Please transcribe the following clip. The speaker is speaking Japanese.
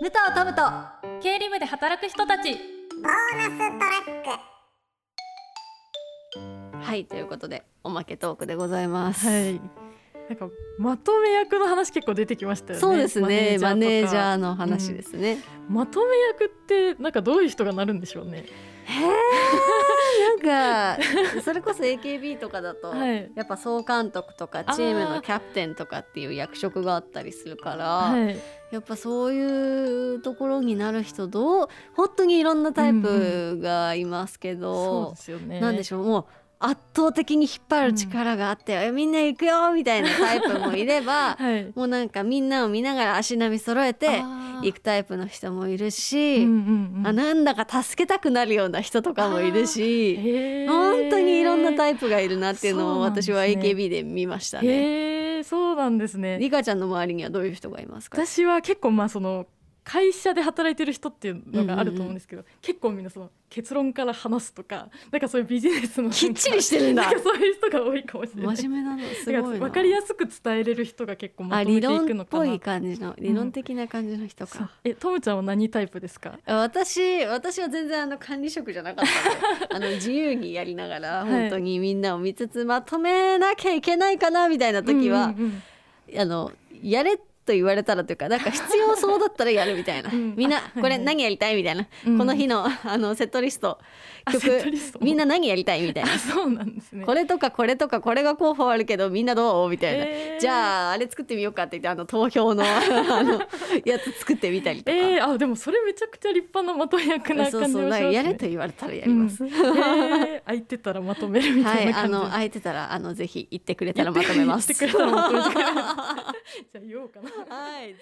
武藤トムと経理部で働く人たちボーナストラックはいということでおまけトークでございます、はい。なんかまとめ役の話結構出てきましたよね。そうですねマネージャーーとかの話ですね、まとめ役ってなんかどういう人がなるんでしょうね。なんかそれこそ AKB とかだと、はい。やっぱ総監督とかチームのキャプテンとかっていう役職があったりするから、はい。やっぱそういうところになる人どう本当にいろんなタイプがいますけそうどで、すよね。なんでしょうもう圧倒的に引っ張る力があって、えみんな行くよみたいなタイプもいれ ばはい。もうなんかみんなを見ながら足並み揃えてあー行くタイプの人もいるうんし、うんうん。あなんだか助けたくなるような人とかもいるし。へー本当にいろんなタイプがいるなっていうのをそうなんで私すねは AKB で見ましたね。へえ、そうなんですね。リカちゃんの周りにはどういう人がいますか。私は結構まあその会社で働いてる人っていうのがあると思うんですけど、結構みんなその結論から話すとか、なんかそういうビジネスのなん かきっちりしてるんだなんかそういう人が多いかもしれない。真面目なのすだかごら い分な。かりやすく伝えれる人が結構まあとめ理てい論くのっかぽな。い感じの理論的な感じの人そうか。えトムちゃんは何タイプですか？私私は全然あの管理職じゃなかったの であの自由にやりながらはい本当にみんなを見つつまとめなきゃいけないかなみたいな時は、 うんうんあのやれと言われたらというかなんか必要そうだったらやるみたいな、うんみんなあこはれいはい何やりたいみたいな、うんこの日のあのセットリストあ曲セットリストもみんな何やりたいみたいな あそうなんですね。これとかこれとかこれが候補あるけどみんなどうみたいな、えーじゃああれ作ってみようかって言ってあの投票のあ のやつ作ってみたりとか、えー、あでもそれめちゃくちゃ立派なまとめ役な感じそをうしますそうね。なんかやれと言われたらやります、うん。 えー空いてたらまとめるみはたいいなあ感じ。の空いてたらあの ぜひ行ってくれたらまとめます 言ってくれたらまとめてくれるじゃあ言おうか な。はい